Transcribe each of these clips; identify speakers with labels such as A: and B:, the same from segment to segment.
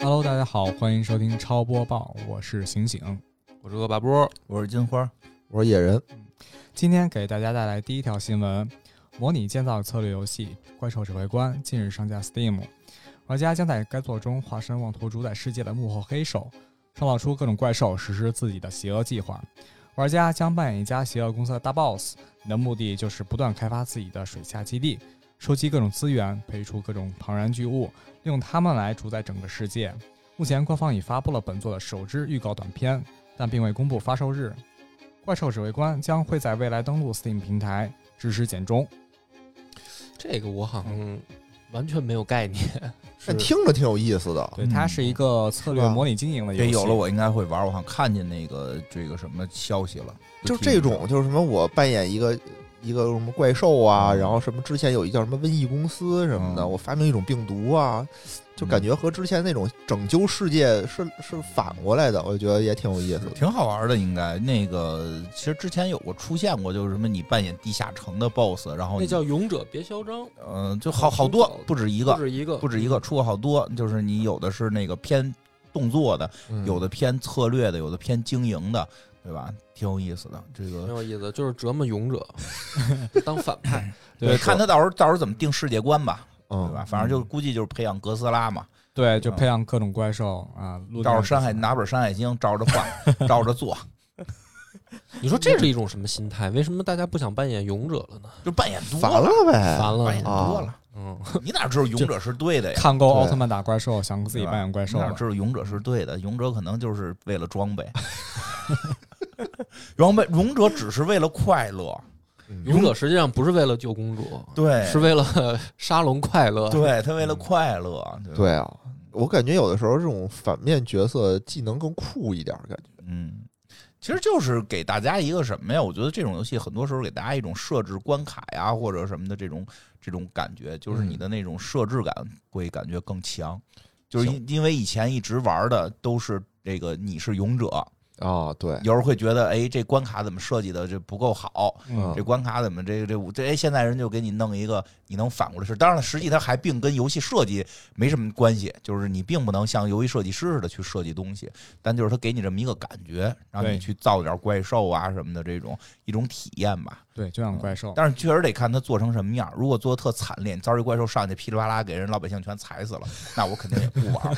A: Hello，大家好，欢迎收听超播报，我是醒醒。
B: 我是恶霸波，
C: 我是金花，
D: 我说野人，
A: 今天给大家带来第一条新闻：模拟建造策略游戏《怪兽指挥官》近日上架 Steam，玩家将在该作中化身妄图主宰世界的幕后黑手，创造出各种怪兽，实施自己的邪恶计划。玩家将扮演一家邪恶公司的大 boss，你的目的就是不断开发自己的水下基地，收集各种资源，培出各种庞然巨物，利用它们来主宰整个世界。目前，官方已发布了本作的首支预告短片，但并未公布发售日。怪兽指挥官将会在未来登陆 Steam 平台支持简中。
B: 这个我好
C: 嗯
B: 像完全没有概念。
D: 但
C: 哦
D: 听着挺有意思的。
A: 对，它是一个策略
D: 是吧
A: 模拟经营的游
C: 别
A: 戏。
C: 嗯有了，我应该会玩。我好像看见那个这个什么消息了，
D: 就
C: 听
D: 这种，就是什么我扮演一个一个什么怪兽啊，
C: 嗯
D: 然后什么之前有一叫什么瘟疫公司什么的，
C: 嗯
D: 我发明一种病毒啊，就感觉和之前那种拯救世界是是反过来的，我觉得也挺有意思的。
C: 挺好玩的。应该那个其实之前有过出现过，就是什么你扮演地下城的 BOSS，然后
B: 那
C: 你
B: 叫勇者别嚣张，
C: 嗯、就好好多不止一
B: 不
C: 个，
B: 止一个，
C: 不止一个出过好多，就是你有的是那个偏动作的，
D: 嗯
C: 有的偏策略的，有的偏经营的，对吧？挺有意思的这
B: 挺
C: 个。
B: 有意思，就是折磨勇 者，当反派。
A: 对
C: 看他到时候到时候怎么定世界观吧，对
D: 嗯
C: 吧？反正就估计就是培养哥斯拉嘛，
A: 对，
C: 嗯
A: 就培养各种怪兽啊，陆地
C: 照着
A: 上
C: 《山海》拿本《山海经》，照着画，照着做，
B: 你说这是一种什么心态？为什么大家不想扮演勇者了呢？
C: 就扮演多
D: 烦了呗，
B: 烦了
C: 扮演，多了。
B: 嗯，
C: 你哪知道勇者是对的呀？
A: 看够
D: 对
A: 奥特曼打怪兽，想自己
C: 对吧
A: 扮演怪兽
C: 你哪
A: 了。
C: 知道勇者是对的？勇者可能就是为了装备， 装备勇者只是为了快乐，
D: 嗯
B: 勇者实际上不是为了救公主，
C: 对，
B: 是为了沙龙快乐。
C: 哎对他为了快乐，对吧
D: 对啊。我感觉有的时候这种反面角色技能更酷一点，感觉
C: 嗯，其实就是给大家一个什么呀？我觉得这种游戏很多时候给大家一种设置关卡呀，或者什么的这种这种感觉，就是你的那种设置感会感觉更强。就是因因为以前一直玩的都是这个你是勇者，
D: 啊，对，
C: 有时候会觉得哎这关卡怎么设计的这不够好，
D: 啊
A: 嗯，
C: 这关卡怎么这个这我这哎现在人就给你弄一个你能反过来设，当然了，实际它还并跟游戏设计没什么关系，就是你并不能像游戏设计师似的去设计东西，但就是它给你这么一个感觉，让
A: 对
C: 你去造点怪兽啊什么的这种一种体验吧。
A: 对，就像怪 兽。
C: 嗯但是确实得看它做成什么样，如果做的特惨烈，你造一怪兽上去噼里啪啦给人老百姓全踩死了，那我肯定也不玩。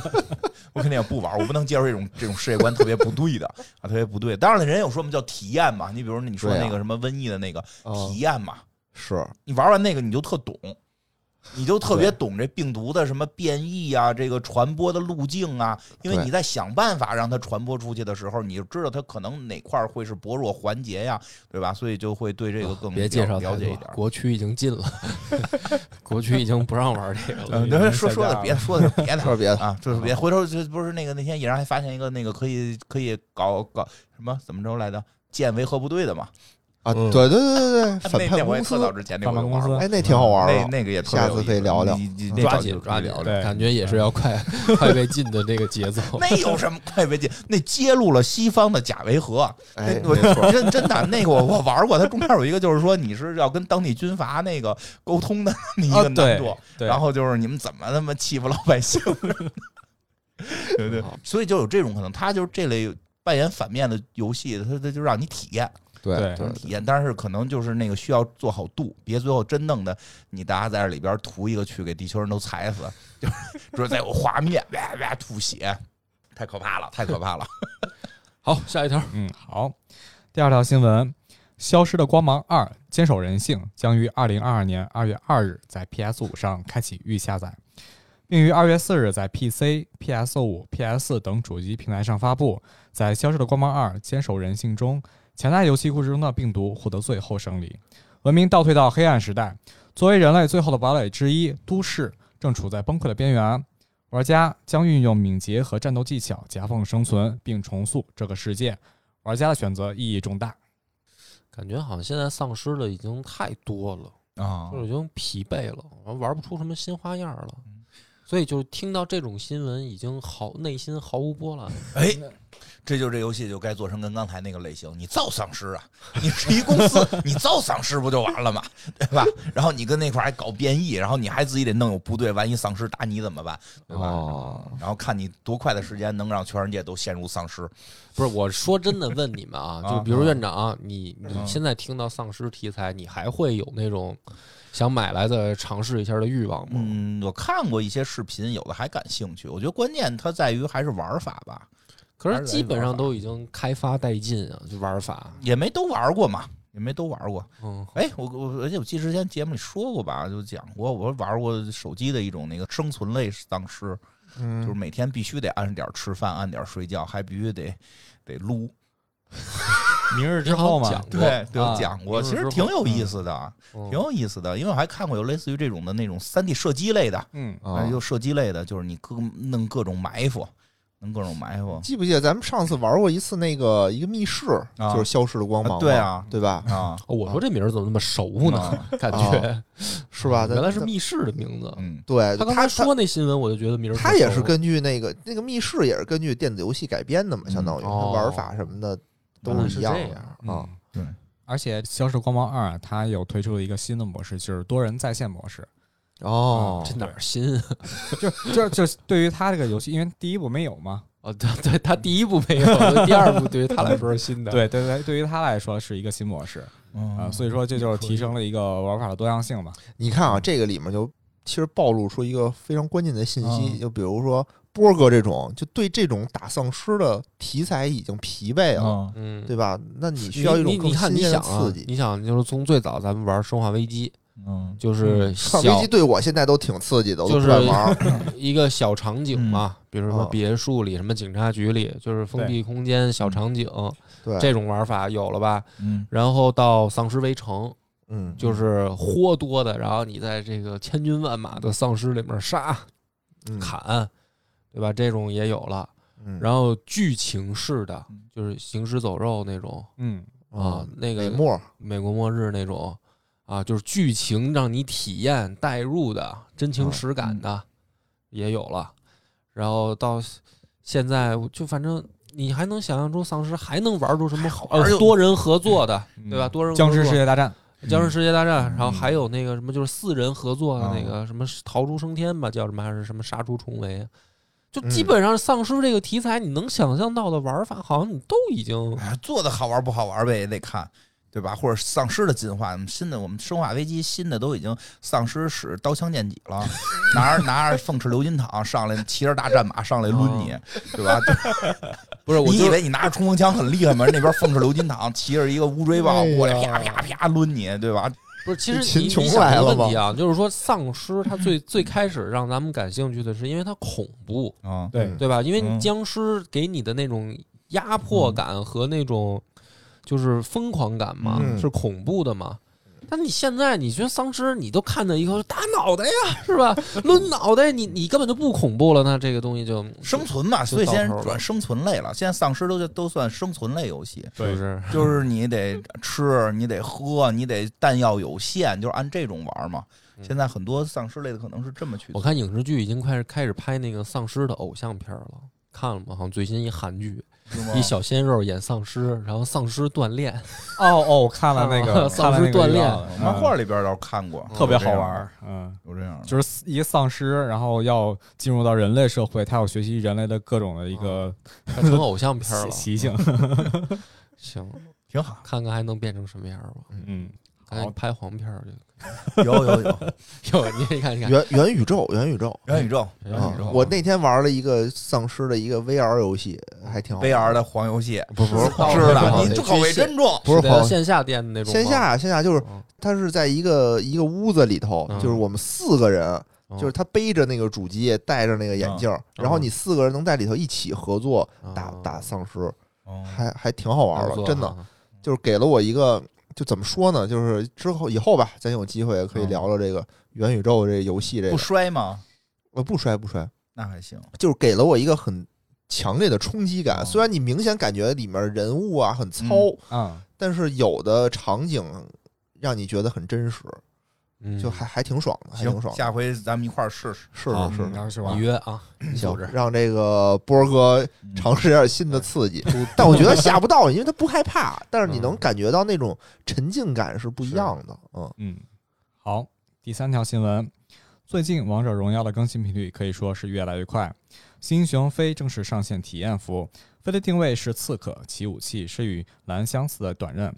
C: 我肯定也不玩，我不能接受这种这种世界观特别不对的啊，特别不对。当然了，人有说我们叫体验嘛，你比如你说
D: 对啊
C: 那个什么瘟疫的那个
D: 啊
C: 体验嘛，
D: 是
C: 你玩完那个你就特懂，你就特别懂这病毒的什么变异啊，这个传播的路径啊，因为
D: 对
C: 你在想办法让它传播出去的时候，你就知道它可能哪块儿会是薄弱环节呀、对吧？所以就会对这个更
B: 哦啊别
C: 了
B: 介绍太多
C: 了解一点。
B: 国区已经禁了， 国区已经不让玩这个了
C: 嗯，。对说说
A: 下架
C: 的
A: 了
C: 别的说的是别的，
D: 特别
C: 啊，就是别回头就不是那个那天野人还发现一个那个可以可以搞搞什么怎么着来的建维和部队的嘛，
D: 啊，
B: 嗯
D: 对对对对对，
C: 那
D: 反
C: 那
D: 叛
C: 我也
D: 公
C: 特
D: 司
C: 早，之前那
A: 反叛
C: 我就
A: 公
C: 玩
A: 司
C: 了，
D: 哎，那挺好玩
C: 那
D: 的，
C: 那个也特
D: 下
C: 有
D: 次
C: 意
D: 可以
C: 思
D: 聊聊
C: 你你
B: 嗯
C: 那
B: 抓
C: 早就
B: 紧抓紧
C: 聊，
A: 对
B: 感觉也是要 快快被禁的这个节奏。
C: 那有什么快别进？那揭露了西方的假维和，
D: 哎，
C: 那我
D: 没 错，
C: 真真的那个我我玩过，它中间有一个就是说你是要跟当地军阀那个沟通的 那么一
A: 啊
C: 个难
A: 对
C: 度，
A: 对，
C: 然后就是你们怎么他妈欺负老百姓？ 对对，所以就有这种可能，他就是这类扮演反面的游戏，他他就让你体验，
D: 对
A: 对
D: 对
C: 体验，呃但是可能就是那个需要做好度，别最后真弄的你大家在这里边图一个去给地球人都踩死，就是就是在有画面哇哇吐血，太可怕了，太可怕了。
B: 好，下一条。
A: 嗯，好。第二条新闻，《消失的光芒二：坚守人性》将于二零二二年二月二日在 PS 五上开启预下载，并于二月四日在 PC、PS 五、PS 等主机平台上发布。在《消失的光芒二：坚守人性》中，强大游戏故事中的病毒获得最后胜利，文明倒退到黑暗时代。作为人类最后的堡垒之一，都市正处在崩溃的边缘。玩家将运用敏捷和战斗技巧夹缝生存，并重塑这个世界。玩家的选择意义重大。
B: 感觉好像现在丧尸的已经太多了，
C: 啊
B: 就是已经疲惫了，玩不出什么新花样了。所以就听到这种新闻，已经毫内心毫无波澜。
C: 哎，这就是这游戏就该做成跟刚才那个类型，你造丧尸啊！你是一公司，你造丧尸不就完了嘛，对吧？然后你跟那块儿还搞变异，然后你还自己得弄有部队，万一丧尸打你怎么办，对吧？
D: 哦，
C: 然后看你多快的时间能让全世界都陷入丧尸。
B: 不是，我说真的，问你们啊，
C: 啊
B: 就比如院长啊，你
C: 嗯
B: 你现在听到丧尸题材，你还会有那种想买来的尝试一下的欲望吗？
C: 嗯，我看过一些视频，有的还感兴趣。我觉得关键它在于还是玩法吧，
B: 可是基本上都已经开发殆尽啊，就玩法。
C: 也没都玩过嘛，也没都玩过。
B: 嗯，
C: 哎，我我而且我记得之前节目里说过吧，就讲过，我玩过手机的一种那个生存类丧尸，就是
D: 嗯，
C: 每天必须得按点儿吃饭，按点儿睡觉，还必须得得撸。
A: 明日之
B: 之后
A: 后
B: 嘛
A: 嘛，
C: 对，对
A: 啊
C: 我讲过，
B: 明日
C: 其实
B: 之
C: 挺
B: 后
C: 有意
A: 嗯
C: 思的，
B: 嗯
C: 挺有意思的，因为我还看过有类似于这种的那种三 D 射击类的，
A: 嗯，
D: 啊
C: 哎，就射击类的，就是你各弄各种埋伏，弄各种埋伏
D: 记不记得咱们上次玩过一次那个一个密室，
C: 啊
D: 就是消逝的光芒
C: 啊
D: 嘛，
C: 对啊
D: 对吧？
C: 啊，
B: 哦我说这名儿怎么那么熟呢？
C: 啊
B: 感觉
D: 啊是吧？
B: 嗯原来是
D: 咱
B: 密室的名字。
C: 嗯，
D: 对，
B: 他刚才
D: 他
B: 说那新闻，我就觉得名儿
D: 它
B: 特
D: 也
B: 熟
D: 是根据那个那个密室也是根据电子游戏改编的嘛，
C: 嗯
D: 相当于它
B: 哦
D: 玩法什么的都
B: 原来
D: 一
B: 是
D: 样
B: 这
D: 的
B: 样
A: 嗯
D: 啊。
C: 对。
A: 而且《消失光芒二》啊它有推出了一个新的模式，就是多人在线模式。
D: 哦
B: 这哪儿新啊？
A: 就就就是对于它这个游戏，因为第一部没有嘛，
B: 哦，对对，他第一部没有，第二部对于他来说是 新的。
A: 对对对，对于它来说是一个新模式啊，
B: 嗯
C: 啊
A: 所以说这就是提升了一个玩法的多样性嘛。
D: 你看啊，这个里面就其实暴露出一个非常关键的信息，
A: 嗯
D: 就比如说波哥这种，就对这种打丧尸的题材已经疲惫了，
C: 嗯
B: 嗯，
D: 对吧？那你需
B: 你
D: 要一
B: 你
D: 种更
B: 你看，
D: 新
B: 你
D: 鲜的
B: 想啊
D: 刺，激。
B: 你想就是从最早咱们玩《生化危机》，
C: 嗯，
B: 就是
D: 看
B: 小
D: 危机对我现在都挺刺激的，我都
B: 就是
D: 不敢玩 儿。
B: 一个小场景嘛，比如说
D: 啊
B: 别墅里、什么警察局里，就是封闭空间小场景
D: 嗯对，
B: 这种玩法有了吧？
C: 嗯
B: 然后到丧尸围城，
D: 嗯，
B: 就是豁多的，然后你在这个千军万马的丧尸里面杀
D: 嗯，
B: 砍，对吧？这种也有了。
D: 嗯
B: 然后剧情式的
C: 嗯，
B: 就是行尸走肉那种
A: 嗯，
B: 啊
D: 啊，，
B: 那
D: 美
B: 个
D: 墨
B: 美国末日那种啊，就是剧情让你体验代入的真情实感的、也有了，然后到现在就反正你还能想象出丧尸还能玩出什么好
C: 玩儿
B: 呃
C: 又
B: 多人合作的，对吧？
A: 嗯
B: 多人合
A: 僵尸世
B: 作
A: 界大战，
B: 僵尸世界大战，
C: 嗯
B: 然后还有那个什么就是四人合作的
C: 啊
B: 那个什么逃出升天吧，叫什么还是什么杀出重围啊。就
D: 嗯
B: 基本上丧尸这个题材，你能想象到的玩法，好像你都已经
C: 哎，做的好玩不好玩呗，也得看。对吧？或者丧尸的进化，新的我们《生化危机》新的都已经丧尸使刀枪剑戟了，拿着拿着凤翅鎏金镐上来，骑着大战马上来抡
B: 哦
C: 你，对吧？
B: 不是
C: 你以为你拿着冲锋枪很厉害吗？那边凤翅鎏金镐骑着一个乌锥
B: 哎
C: 豹过来，啪啪啪抡你，对吧？
B: 不是，其实
D: 秦
B: 你
D: 琼
B: 你想一
D: 来
B: 个
D: 了
B: 问题啊，就是说丧尸它最最开始让咱们感兴趣的是，因为它恐怖，
C: 啊，
A: 对
D: 嗯
B: 对吧？因为你
C: 嗯
B: 僵尸给你的那种压迫感和那种就是疯狂感嘛，
D: 嗯
B: 是恐怖的嘛。但你现在你觉得丧尸，你都看到一个打脑袋呀，是吧？抡脑袋，你你根本就不恐怖了，那这个东西就
C: 生存嘛，
B: 就
C: 所以现
B: 到头
C: 在
B: 了
C: 转生存类了。现在丧尸都都算生存类游戏，
B: 是不是？
C: 就是你得吃，你得喝，你得弹药有限，就是按这种玩嘛。
B: 嗯
C: 现在很多丧尸类的可能是这么去
B: 我
C: 做，
B: 看影视剧已经开始开始拍那个丧尸的偶像片了，看了吗？好像最新一韩剧，
C: 是吗
B: 一小鲜肉演丧尸，然后丧尸锻 炼，
A: 哦哦，我看了那个
B: 丧
A: 看了那
B: 尸
A: 个
B: 锻
A: 预告
B: 炼
A: 了
C: 漫画
A: 嗯
C: 里边倒是看过，
A: 特别
C: 有这
A: 好
C: 样
A: 玩儿，嗯。
C: 有这样的。
A: 就是一个丧尸，然后要进入到人类社会，他要学习人类的各种的一个
B: 它成偶像片
A: 习
B: 了。
A: 习性。
B: 行，
C: 挺好，
B: 看看还能变成什么样吧。
A: 嗯，
B: 赶紧拍黄片儿
C: 有有有，
B: 去。 哟，你看，你看，
D: 元元宇宙，元宇宙
C: 元宇宙，
B: 元
D: 啊
B: 宇宙！
D: 我那天玩了一个丧尸的一个 VR 游戏，还挺好玩
C: VR 的黄游戏，
D: 不不是
B: 是
C: 是
B: 的啊
C: 的，
B: 得
C: 你
B: 去
C: 这口味
B: 线
C: 真重。
D: 不是
B: 得
D: 黄
B: 线下店的那种吗，
D: 线下线下就是
B: 嗯
D: 它是在一个一个屋子里头，
B: 嗯
D: 就是我们四个人，
B: 嗯
D: 就是他背着那个主机，戴着那个眼镜，然后你四个人能在里头一起合作打、
B: 嗯
D: 打丧尸，
C: 哦
D: 还还挺好玩
B: 不
D: 的，
B: 错
D: 真的
B: 啊
D: 就是给了我一个就怎么说呢，就是之后以后吧，咱有机会可以聊聊这个元宇宙这游戏这
C: 不
D: 个，
C: 摔吗？
D: 呃不摔不摔，
C: 那还行，
D: 就是给了我一个很强烈的冲击感，
C: 哦
D: 虽然你明显感觉里面人物啊很糙，
C: 嗯
A: 啊，
D: 但是有的场景让你觉得很真实，
B: 嗯
D: 就还还挺爽的，还挺
C: 行，
D: 爽的。
C: 下回咱们一块儿试试。
D: 是
B: 好
D: 是
A: 嗯
D: 是，
A: 要去
B: 你
A: 玩。
B: 约啊，你组织
D: 嗯行，让这个波哥
C: 嗯
D: 尝试一下新的刺激，但我觉得吓不到，因为他不害怕，但是你能
B: 嗯
D: 感觉到那种沉浸感是不一样的。嗯，
A: 嗯，好，第三条新闻，最近王者荣耀的更新频率可以说是越来越快。新英雄飞正式上线体验服务，飞的定位是刺客，其武器是与蓝相似的短刃。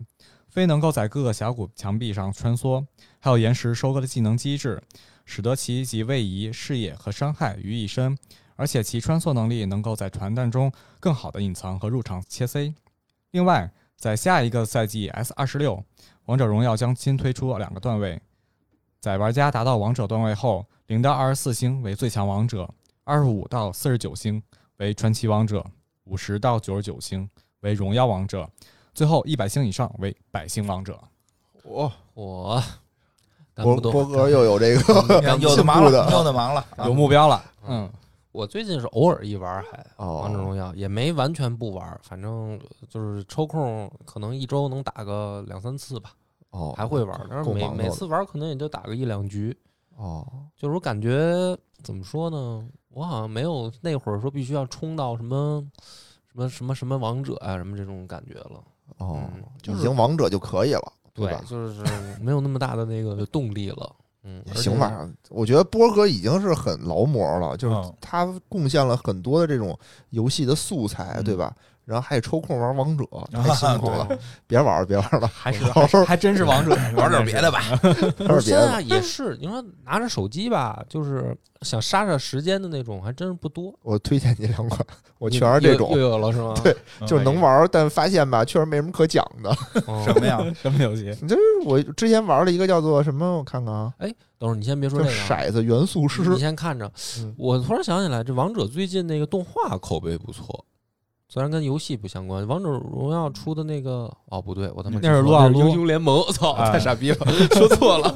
A: 飞能够在各个峡谷墙壁上穿梭，还有岩石收割的技能机制，使得其集位移、视野和伤害于一身，而且其穿梭能力能够在团战中更好的隐藏和入场切 C。另外，在下一个赛季 S 二十六王者荣耀将新推出两个段位，在玩家达到王者段位后，零到二十四星为最强王者，二十五到四十九星为传奇王者，五十到九十九星为荣耀王者，最后一百星以上为百星王者。
D: 哇，
B: 我，咱
D: 波
B: 不懂
D: 波哥又有这个
C: 又
D: 进
C: 的忙
D: 步
C: 了，又
D: 的
C: 的忙了。啊
A: 有目标了，嗯，
B: 我最近是偶尔一玩还。王者
D: 哦，
B: 荣耀也没完全不玩，反正就是抽空，可能一周能打个两三次吧，
D: 哦，
B: 还会玩。但是
D: 够
B: 每
D: 忙的
B: 每次玩可能也就打个一两局，
D: 哦，
B: 就是我感觉怎么说呢，我好像没有那会儿说必须要冲到什么什么什么什么王者啊什么这种感觉了。
D: 哦
B: 嗯，就是
D: 已经王者就可以了，对
B: 对
D: 吧，？
B: 就是 没有那么大的那个动力了。嗯，而且
D: 行吧，我觉得波哥已经是很劳模了，就是
C: 嗯
D: 他贡献了很多的这种游戏的素材，
C: 嗯
D: 对吧？然后还得抽空玩王者，
C: 啊
D: 太辛苦了，别玩了，别玩了，
A: 还是
D: 到时候
A: 还真是 王者，
C: 玩点别的吧。
D: 玩别
B: 真
D: 的吧。
B: 啊，也是。你说拿着手机吧，就是想杀杀时间的那种，还真是不多。
D: 我推荐你两款，我
B: 我
D: 全是这
B: 又
D: 种，
B: 有嗯了是吗？
D: 对就是能玩，但发现吧，确实没什么可讲的。
B: 哦
C: 什么呀？
A: 什么游戏？
D: 我之前玩了一个叫做什么，我看看啊，
B: 等会儿你先别
D: 叫
B: 说这个啊，
D: 骰子元素师
B: 你你，先看着
D: 嗯。
B: 我突然想起来，这王者最近那个动画口碑不错，虽然跟游戏不相关。王者荣耀出的那个，哦不对，我他妈
A: 那是撸
B: 撸
A: 啊撸
B: 英雄联盟，我操，
A: 哎
B: 太傻逼了，说错了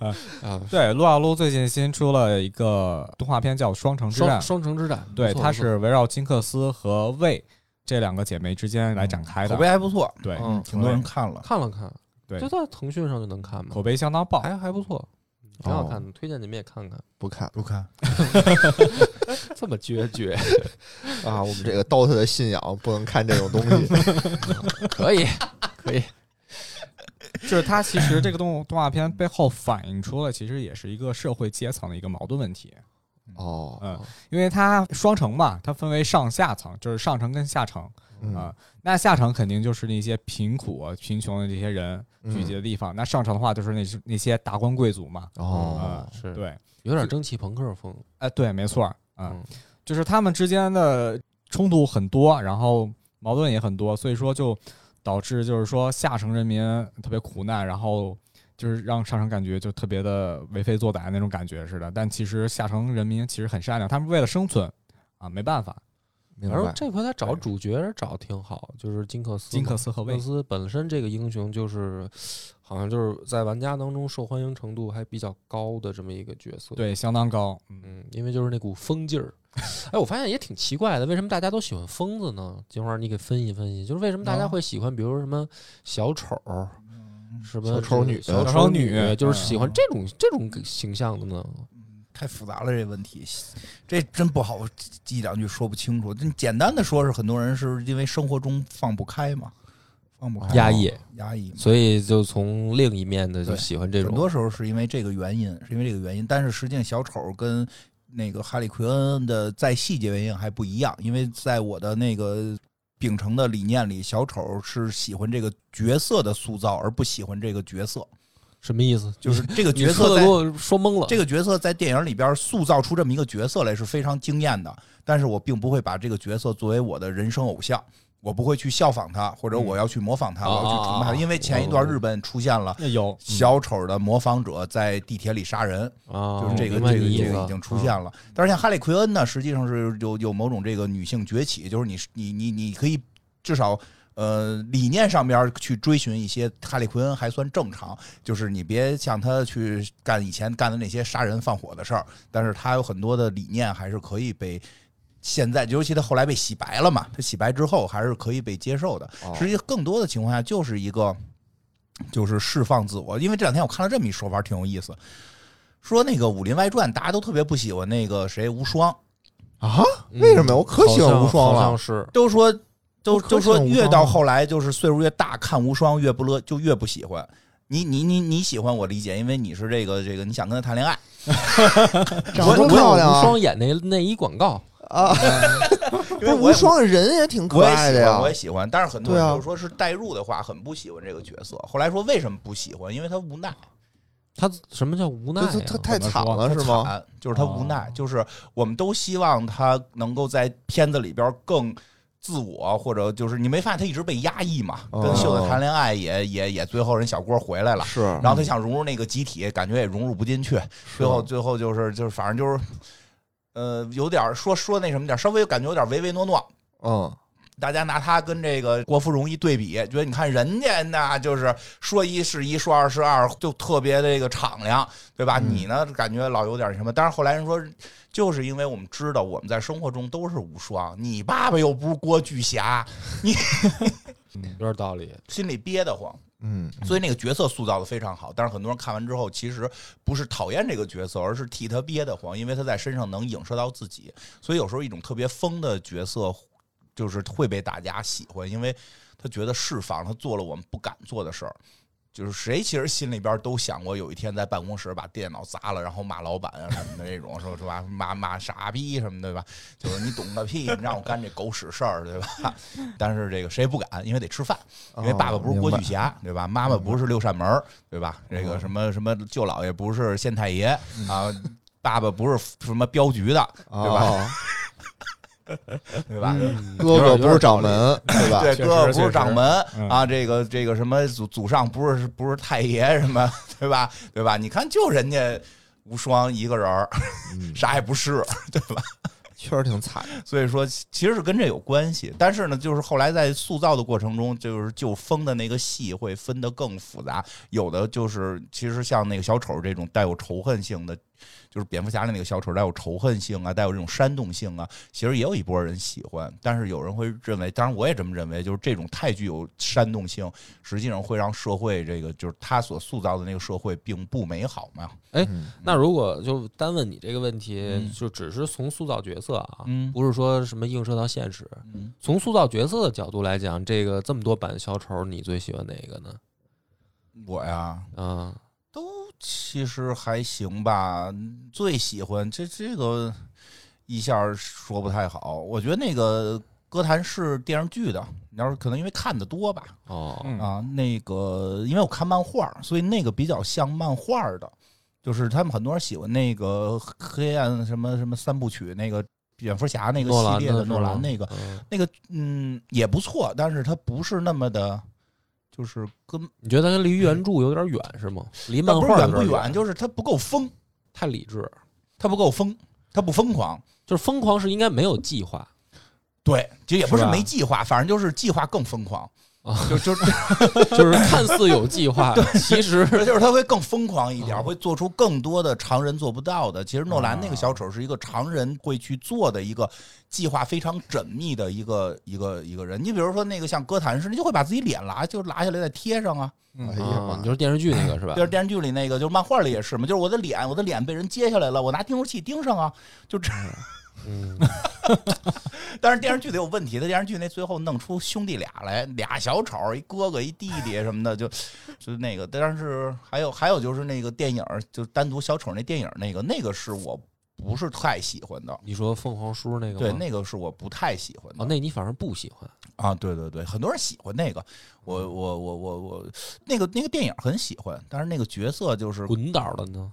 A: 啊
B: 啊！
A: 对，撸啊撸最近新出了一个动画片叫《双城之战
B: 双》，双城之战，不
A: 对，
B: 错
A: 它是围绕金克斯和魏这两个姐妹之间来展开
C: 口
A: 的，
C: 碑还不错，
A: 对，
B: 嗯
C: 挺多人看了。
B: 看了看，
A: 对
B: 就在腾讯上就能看嘛
A: 口，哦碑相当爆。
B: 还还不错，挺好看的，推荐你们也 看看。
D: 不看
C: 不看，
B: 这么决绝，
D: 啊，我们这个 DOTA 的信仰不能看这种东 西。
B: 可以，可以，
A: 就是它其实这个动动画片背后反映出了，其实也是一个社会阶层的一个矛盾问题。
D: 哦，
A: 嗯，因为它双城嘛，它分为上下层，就是上层跟下层
D: 嗯
A: 啊、那下层肯定就是那些贫苦、啊、贫穷的这些人
D: 嗯
A: 聚集的地方，那上层的话就是那那些达官贵族嘛。
D: 哦，
B: 是
A: 嗯对，
B: 有点蒸汽朋克风，
A: 哎，对，没错，啊、
B: 嗯
A: 就是他们之间的冲突很多，然后矛盾也很多，所以说就导致就是说下层人民特别苦难，然后就是让上层感觉就特别的为非作歹那种感觉似的。但其实下层人民其实很善良，他们为了生存啊，没办法。
D: 明
B: 然后
D: 白。
B: 这回他找
A: 对
B: 主角找挺好，就是金克斯嘛。
A: 哎金克斯和
B: 金
A: 卫
B: 克斯本身这个英雄就是，好像就是在玩家当中受欢迎程度还比较高的这么一个角色。，
A: 对相当高，嗯，
B: 嗯，因为就是那股疯劲儿。 哎，我发现也挺奇怪的，为什么大家都喜欢疯子呢？金花，你给分析分析，就是为什么大家
C: 啊
B: 会喜欢，比如什么小丑儿，
C: 嗯
B: 什么
D: 小丑女
A: 小
B: 小丑
A: 丑女
B: 就是喜欢这种这种形象的呢？
C: 嗯太复杂了这问题，这真不好一两句说不清楚。这简单的说是很多人是因为生活中放不开嘛，放不开
B: 压抑，
C: 压抑嘛。
B: 所以就从另一面的就
C: 对
B: 喜欢这
C: 很
B: 种
C: 多时候是因为这个原因，是因为这个原因。但是实际上，小丑跟那个哈利奎恩的在细节原因还不一样，因为在我的那个秉承的理念里，小丑是喜欢这个角色的塑造，而不喜欢这个角色。
B: 什么意思？
C: 就是这个
B: 角
C: 角
B: 色
C: 色
B: 给
C: 在
B: 我说懵了。
C: 这个角色在电影里边塑造出这么一个角色来是非常惊艳的，但是我并不会把这个角色作为我的人生偶像。我不会去效仿他，或者我要去模仿他，
B: 嗯
C: 我要去崇拜
B: 啊啊啊
C: 他，因为前一段日本出现了
A: 那有
C: 小丑的模仿者在地铁里杀人，
B: 啊，
C: 就是这个
B: 明白
C: 这个
B: 你意
C: 这
B: 思啊嗯
C: 个已经出现了。但是像哈利奎恩呢，实际上是有有某种这个女性崛起，就是你你你你可以至少。呃，理念上边去追寻一些哈利奎恩还算正常，就是你别像他去干以前干的那些杀人放火的事儿，但是他有很多的理念还是可以被现在，尤其他后来被洗白了嘛，他洗白之后还是可以被接受的。
D: 哦
C: 实际更多的情况下就是一个就是释放自我。因为这两天我看了这么一说法，挺有意思，说那个《武林外传》，大家都特别不喜欢那个谁无双，
D: 啊？
B: 嗯
D: 为什么呀我可喜欢
B: 好像
D: 无双了
B: 好像是
C: 都说都
D: 我可
C: 都说
D: 喜欢无
C: 越
D: 双
C: 到
D: 了
C: 后来就是岁数越大，看无双越不乐就越不喜欢。你你你你喜欢我理解，因为你是这个这个你想跟他谈恋爱，
D: 长得多漂亮
B: 无
D: 啊！
B: 双演那内衣广告，
D: 啊，
C: 不
D: 不是无双人也挺可
C: 我也
D: 爱
C: 喜
D: 的
C: 欢，
D: 呀
C: 我。也喜欢，但是很多
D: 对
C: 人
D: 啊
C: 就是说是代入的话，很不喜欢这个角色。后来说为什么不喜欢？因为他无奈，
B: 他什么叫无奈
D: 他
B: 呀？
D: 他他太
A: 怎么
D: 惨
A: 说
D: 了是吗？
C: 惨啊就是他无奈
A: 哦，
C: 就是我们都希望他能够在片子里边更自我，或者就是你没发现他一直被压抑嘛？
D: 哦
C: 跟秀子谈恋爱也也也，最后人小郭回来了。
D: 是，
C: 然后他想融入那个集体，感觉也融入不进去。最后，最后就是就是，反正就是，呃，有点儿说说那什么点儿，稍微感觉有点唯唯诺诺。
D: 嗯，
C: 大家拿他跟这个郭芙蓉一对比，觉得你看人家那就是说一是一，说二是二，就特别这个敞亮，对吧？
D: 嗯
C: 你呢，感觉老有点什么？但是后来人说，就是因为我们知道我们在生活中都是无双，你爸爸又不是郭巨侠，
B: 有点道理。
C: 心里憋得慌，
D: 嗯，
C: 所以那个角色塑造的非常好。但是很多人看完之后，其实不是讨厌这个角色，而是替他憋得慌，因为他在身上能影射到自己。所以有时候一种特别疯的角色，就是会被大家喜欢，因为他觉得释放，他做了我们不敢做的事儿。就是谁其实心里边都想过，有一天在办公室把电脑砸了，然后骂老板啊什么的那种，说是吧，骂骂傻逼什么的对吧？就是你懂个屁，你让我干这狗屎事儿，对吧？ 但是这个谁也不敢，因为得吃饭。因为
A: 哦
C: 爸
D: 哦
C: 爸不是郭巨侠，对吧？妈妈不是六扇门儿，对吧？这
A: 哦
C: 个什么什么舅姥爷不是县太爷
A: 嗯
C: 啊，爸爸不是什么镖局的，
D: 哦，
C: 对吧对吧？
D: 哥哥不是掌门，对吧？
C: 对，
A: 嗯确实
C: 哥
A: 确
C: 不是
A: 实
C: 掌门
A: 嗯
C: 啊，这个这个什么祖祖上不是不是太爷什么，对吧？对吧？你看，就人家无双一个人儿，
A: 嗯
C: 啥也不是，
D: 确实挺惨。
C: 所以说其实是跟这有关系，但是呢，就是后来在塑造的过程中，就是就风的那个戏会分得更复杂，有的就是其实像那个小丑这种带有仇恨性的，就是蝙蝠侠里那个小丑带有仇恨性啊，带有这种煽动性啊，其实也有一波人喜欢，但是有人会认为，当然我也这么认为，就是这种太具有煽动性，实际上会让社会这个就是他所塑造的那个社会并不美好嘛，
D: 嗯
B: 那如果就单问你这个问题，
C: 嗯
B: 就只是从塑造角色啊，
C: 嗯
B: 不是说什么映射到现实。
C: 嗯。
B: 从塑造角色的角度来讲，这个这么多版小丑，你最喜欢哪个呢？
C: 我呀，
B: 啊，
C: 都其实还行吧，最喜欢这这个一下说不太好。我觉得那个歌坛是电视剧的，你要是可能因为看的多吧，
B: 哦，
A: 嗯
C: 啊，那个因为我看漫画，所以那个比较像漫画的，就是他们很多人喜欢那个黑暗什么什么三部曲那个。蝙蝠侠那个
B: 诺
C: 系
B: 兰
C: 列的诺兰那个，
B: 嗯
C: 那个嗯也不错，但是它不是那么的，就是跟
B: 你觉得它离原著有点远是吗？离漫
C: 但不是
B: 画
C: 远
B: 有
C: 不
B: 点
C: 远，就是它不够疯，
B: 太理智，
C: 他不够疯，他不疯狂。
B: 就是疯狂是应该没有计划。
C: 对，就也不是
B: 是吧
C: 没计划，反正就是计划更疯狂，
B: 啊
C: 就就
B: 就是看似有计 划，其实
C: 就是他会更疯狂一点，
B: 哦
C: 会做出更多的常人做不到的。其实诺兰那个小丑是一个常人会去做的一个计划非常缜密的一个一个一个人。你比如说那个像哥谭市，你就会把自己脸拉就拉下来再贴上啊。
D: 哎呀
B: 啊，
D: 妈
B: 你，说电视剧那个是吧？
C: 哎就是电视剧里那个，就是漫画里也是嘛，就是我的脸，我的脸被人揭下来了，我拿钉子器钉上啊，就这。
B: 嗯，
C: 但是电视剧得有问题，他电视剧那最后弄出兄弟俩来，俩小丑，一哥哥一弟弟什么的，就就那个。但是还有还有就是那个电影，就单独小丑那电影那个那个是我不是太喜欢的，
B: 你说凤凰叔那个吗
C: 对，那个是我不太喜欢
B: 哦，
C: 的
B: 那你反而不喜欢
C: 啊，对对对，很多人喜欢那个，我我我我我那个那个电影很喜欢，但是那个角色就是嗯
B: 滚倒了呢？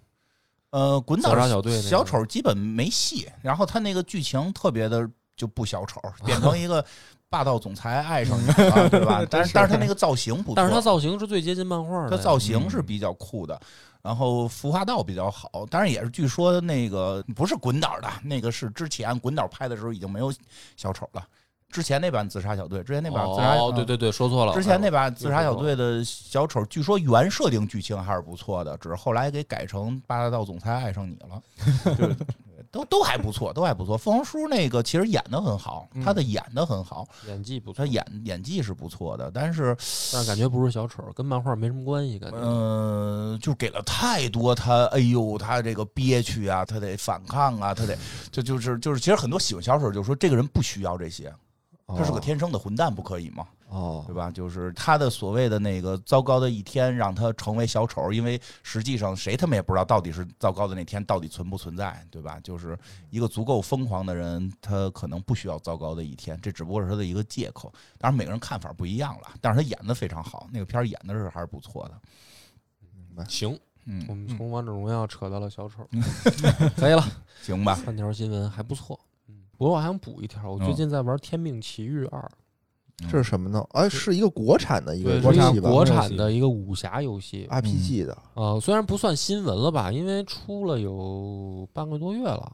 C: 呃，滚
B: 自
C: 倒
B: 杀小队那个
C: 小丑基本没戏，然后他那个剧情特别的就不小丑，变成一个霸道总裁爱上你了，对吧？但是但是他那个造型不错，
B: 嗯但是他造型是嗯最接近漫画的呀，
C: 他造型是比较酷的，然后服化道比较好，当然也是据说那个不是滚导的，那个是之前滚导拍的时候已经没有小丑了，之前那版自杀小队，之前那版自杀
B: 哦，对。对对，说错了，嗯
C: 之前那版自杀小队的小丑，据说原设 定剧情还是不错的，只是后来给改成霸道总裁爱上你了，就是都都还不错，都还不错。凤凰叔那个其实演的很好，
B: 嗯
C: 他的演的很好，
B: 演技不错
C: 他，演演技是不错的，但是
B: 但是感觉不是小丑，跟漫画没什么关系，感觉。
C: 嗯、就给了太多他，哎呦，他这个憋屈啊，他得反抗啊，他得就就是就是，其实很多喜欢小丑就说这个人不需要这些，他是个天生的混蛋，不可以吗？
D: 哦
C: 对，吧？就是他的所谓的那个糟糕的一天，让他成为小丑，因为实际上谁他们也不知道到底是糟糕的那天到底存不存在，对吧？就是一个足够疯狂的人，他可能不需要糟糕的一天，这只不过是他的一个借口。当然，每个人看法不一样了，但是他演的非常好，那个片儿演的是还是不错的。
D: 明白。
B: 行，我
C: 嗯，
B: 们从王者荣耀扯到了小丑， 可以了。
C: 行吧，
B: 三条新闻还不错，嗯，不过我还想补一条，我
C: 嗯
B: 最近在玩《天命奇遇二》，
D: 这是什么呢？哎，是一个国产的一个
B: 对，
A: 国
D: 游
B: 是
A: 产
B: 一
D: 戏
B: 个
D: 吧
B: 国产的一个武侠游戏，
C: 啊
D: ，RPG 的。
B: 呃，虽然不算新闻了吧，因为出了有半个多月了。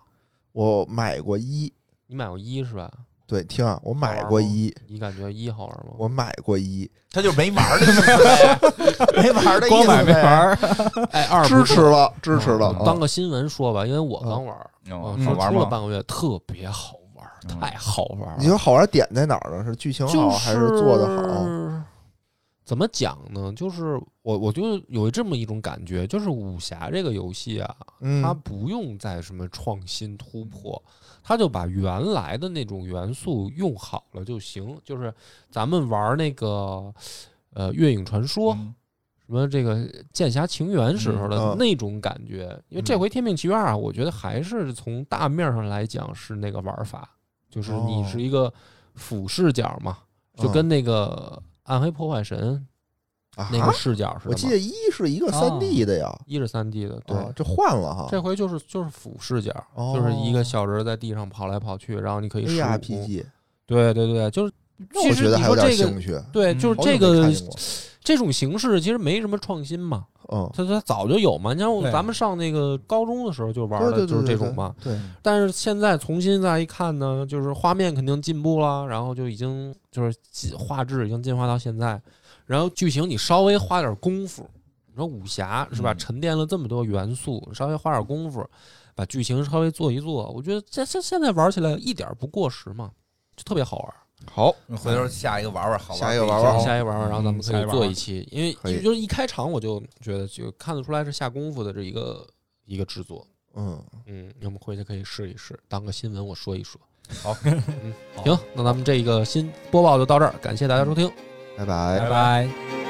D: 我买过一，
B: 你买过一是吧？
D: 对，听啊，我买
B: 好
D: 过
B: 玩吗
D: 一，
B: 你感觉一好玩吗？
D: 我买过一，
C: 他就没玩儿的意思呗， 没玩儿的意
A: 光
C: 思呗
A: 买没玩儿，
B: 哎，二不
D: 支持了，支持了
B: 嗯
D: 啊。
B: 当个新闻说吧，因为我刚玩儿，
C: 哦
B: 哦，
C: 好
B: 说
C: 玩
B: 出了
C: 吗？
B: 半个月，特别好玩儿，
C: 嗯
B: 太好玩儿
D: 你觉
B: 了。
D: 得好玩点在哪儿呢？是剧情
B: 就
D: 好还是做的好？
B: 是怎么讲呢？就是我，我就有这么一种感觉，就是武侠这个游戏啊，它
D: 嗯，
B: 不用再什么创新突破，它就把原来的那种元素用好了就行。就是咱们玩那个呃《月影传说》
C: 嗯
B: 什么这个《剑侠情缘》时候
D: 嗯
B: 的
D: 啊
B: 那种感觉，因为这
D: 嗯
B: 回《天命奇缘》啊，我觉得还是从大面上来讲是那个玩法，就是你
D: 哦嗯
B: 是一个俯视角嘛，就跟那个《暗黑破坏神》
D: 啊
B: 那个视角似
D: 我
B: 的
D: 记
B: 嘛。
D: 得一是一个三 D 的呀，
B: 一是三 D 的，对，
D: 啊，这换了哈
B: 哦这回就是就是俯视角，
D: 哦
B: 就是一个小嗯人在地上跑来跑去，然后你可以使武功。
D: ，ARPG，
B: 对对对，就是
D: 那我觉得还有点
B: 其实你说这
D: 兴
B: 个
D: 趣。
B: 对，
C: 嗯
B: 就是
D: 好久
B: 这
D: 没
B: 个
D: 看见过
B: 这种形式其实没什么创新嘛，
D: 嗯，
B: 它它早就有嘛。你像我
A: 对
B: 咱们上那个高中的时候就玩
D: 对
B: 的
D: 对对
B: 就是这
D: 对
B: 种嘛，
D: 对，
B: 但是现在重新再一看呢，就是画面肯定进步了，然后就已经就是进画质已经进化到现在，然后剧情你稍微花点功夫，你说武侠是吧？
C: 嗯
B: 沉淀了这么多元素，稍微花点功夫，把剧情稍微做一做，我觉得这这现在玩起来一点不过时嘛，就特别好玩。
D: 好，
C: 嗯回头下一个玩玩好玩，
D: 下一个玩嗯玩好
B: 下一玩玩，然后咱们可
A: 下一
B: 以
A: 玩
B: 做
A: 玩
B: 一期，因为
D: 可以
B: 就是一开场我就觉得就看得出来是下功夫的这一个一个制作。
D: 嗯，
B: 嗯，我们回去可以试一试，当个新闻我说一说。
C: 好，
B: 嗯，行，那咱们这个新播报就到这儿，感谢大家收听。
D: 拜拜
A: 拜。拜。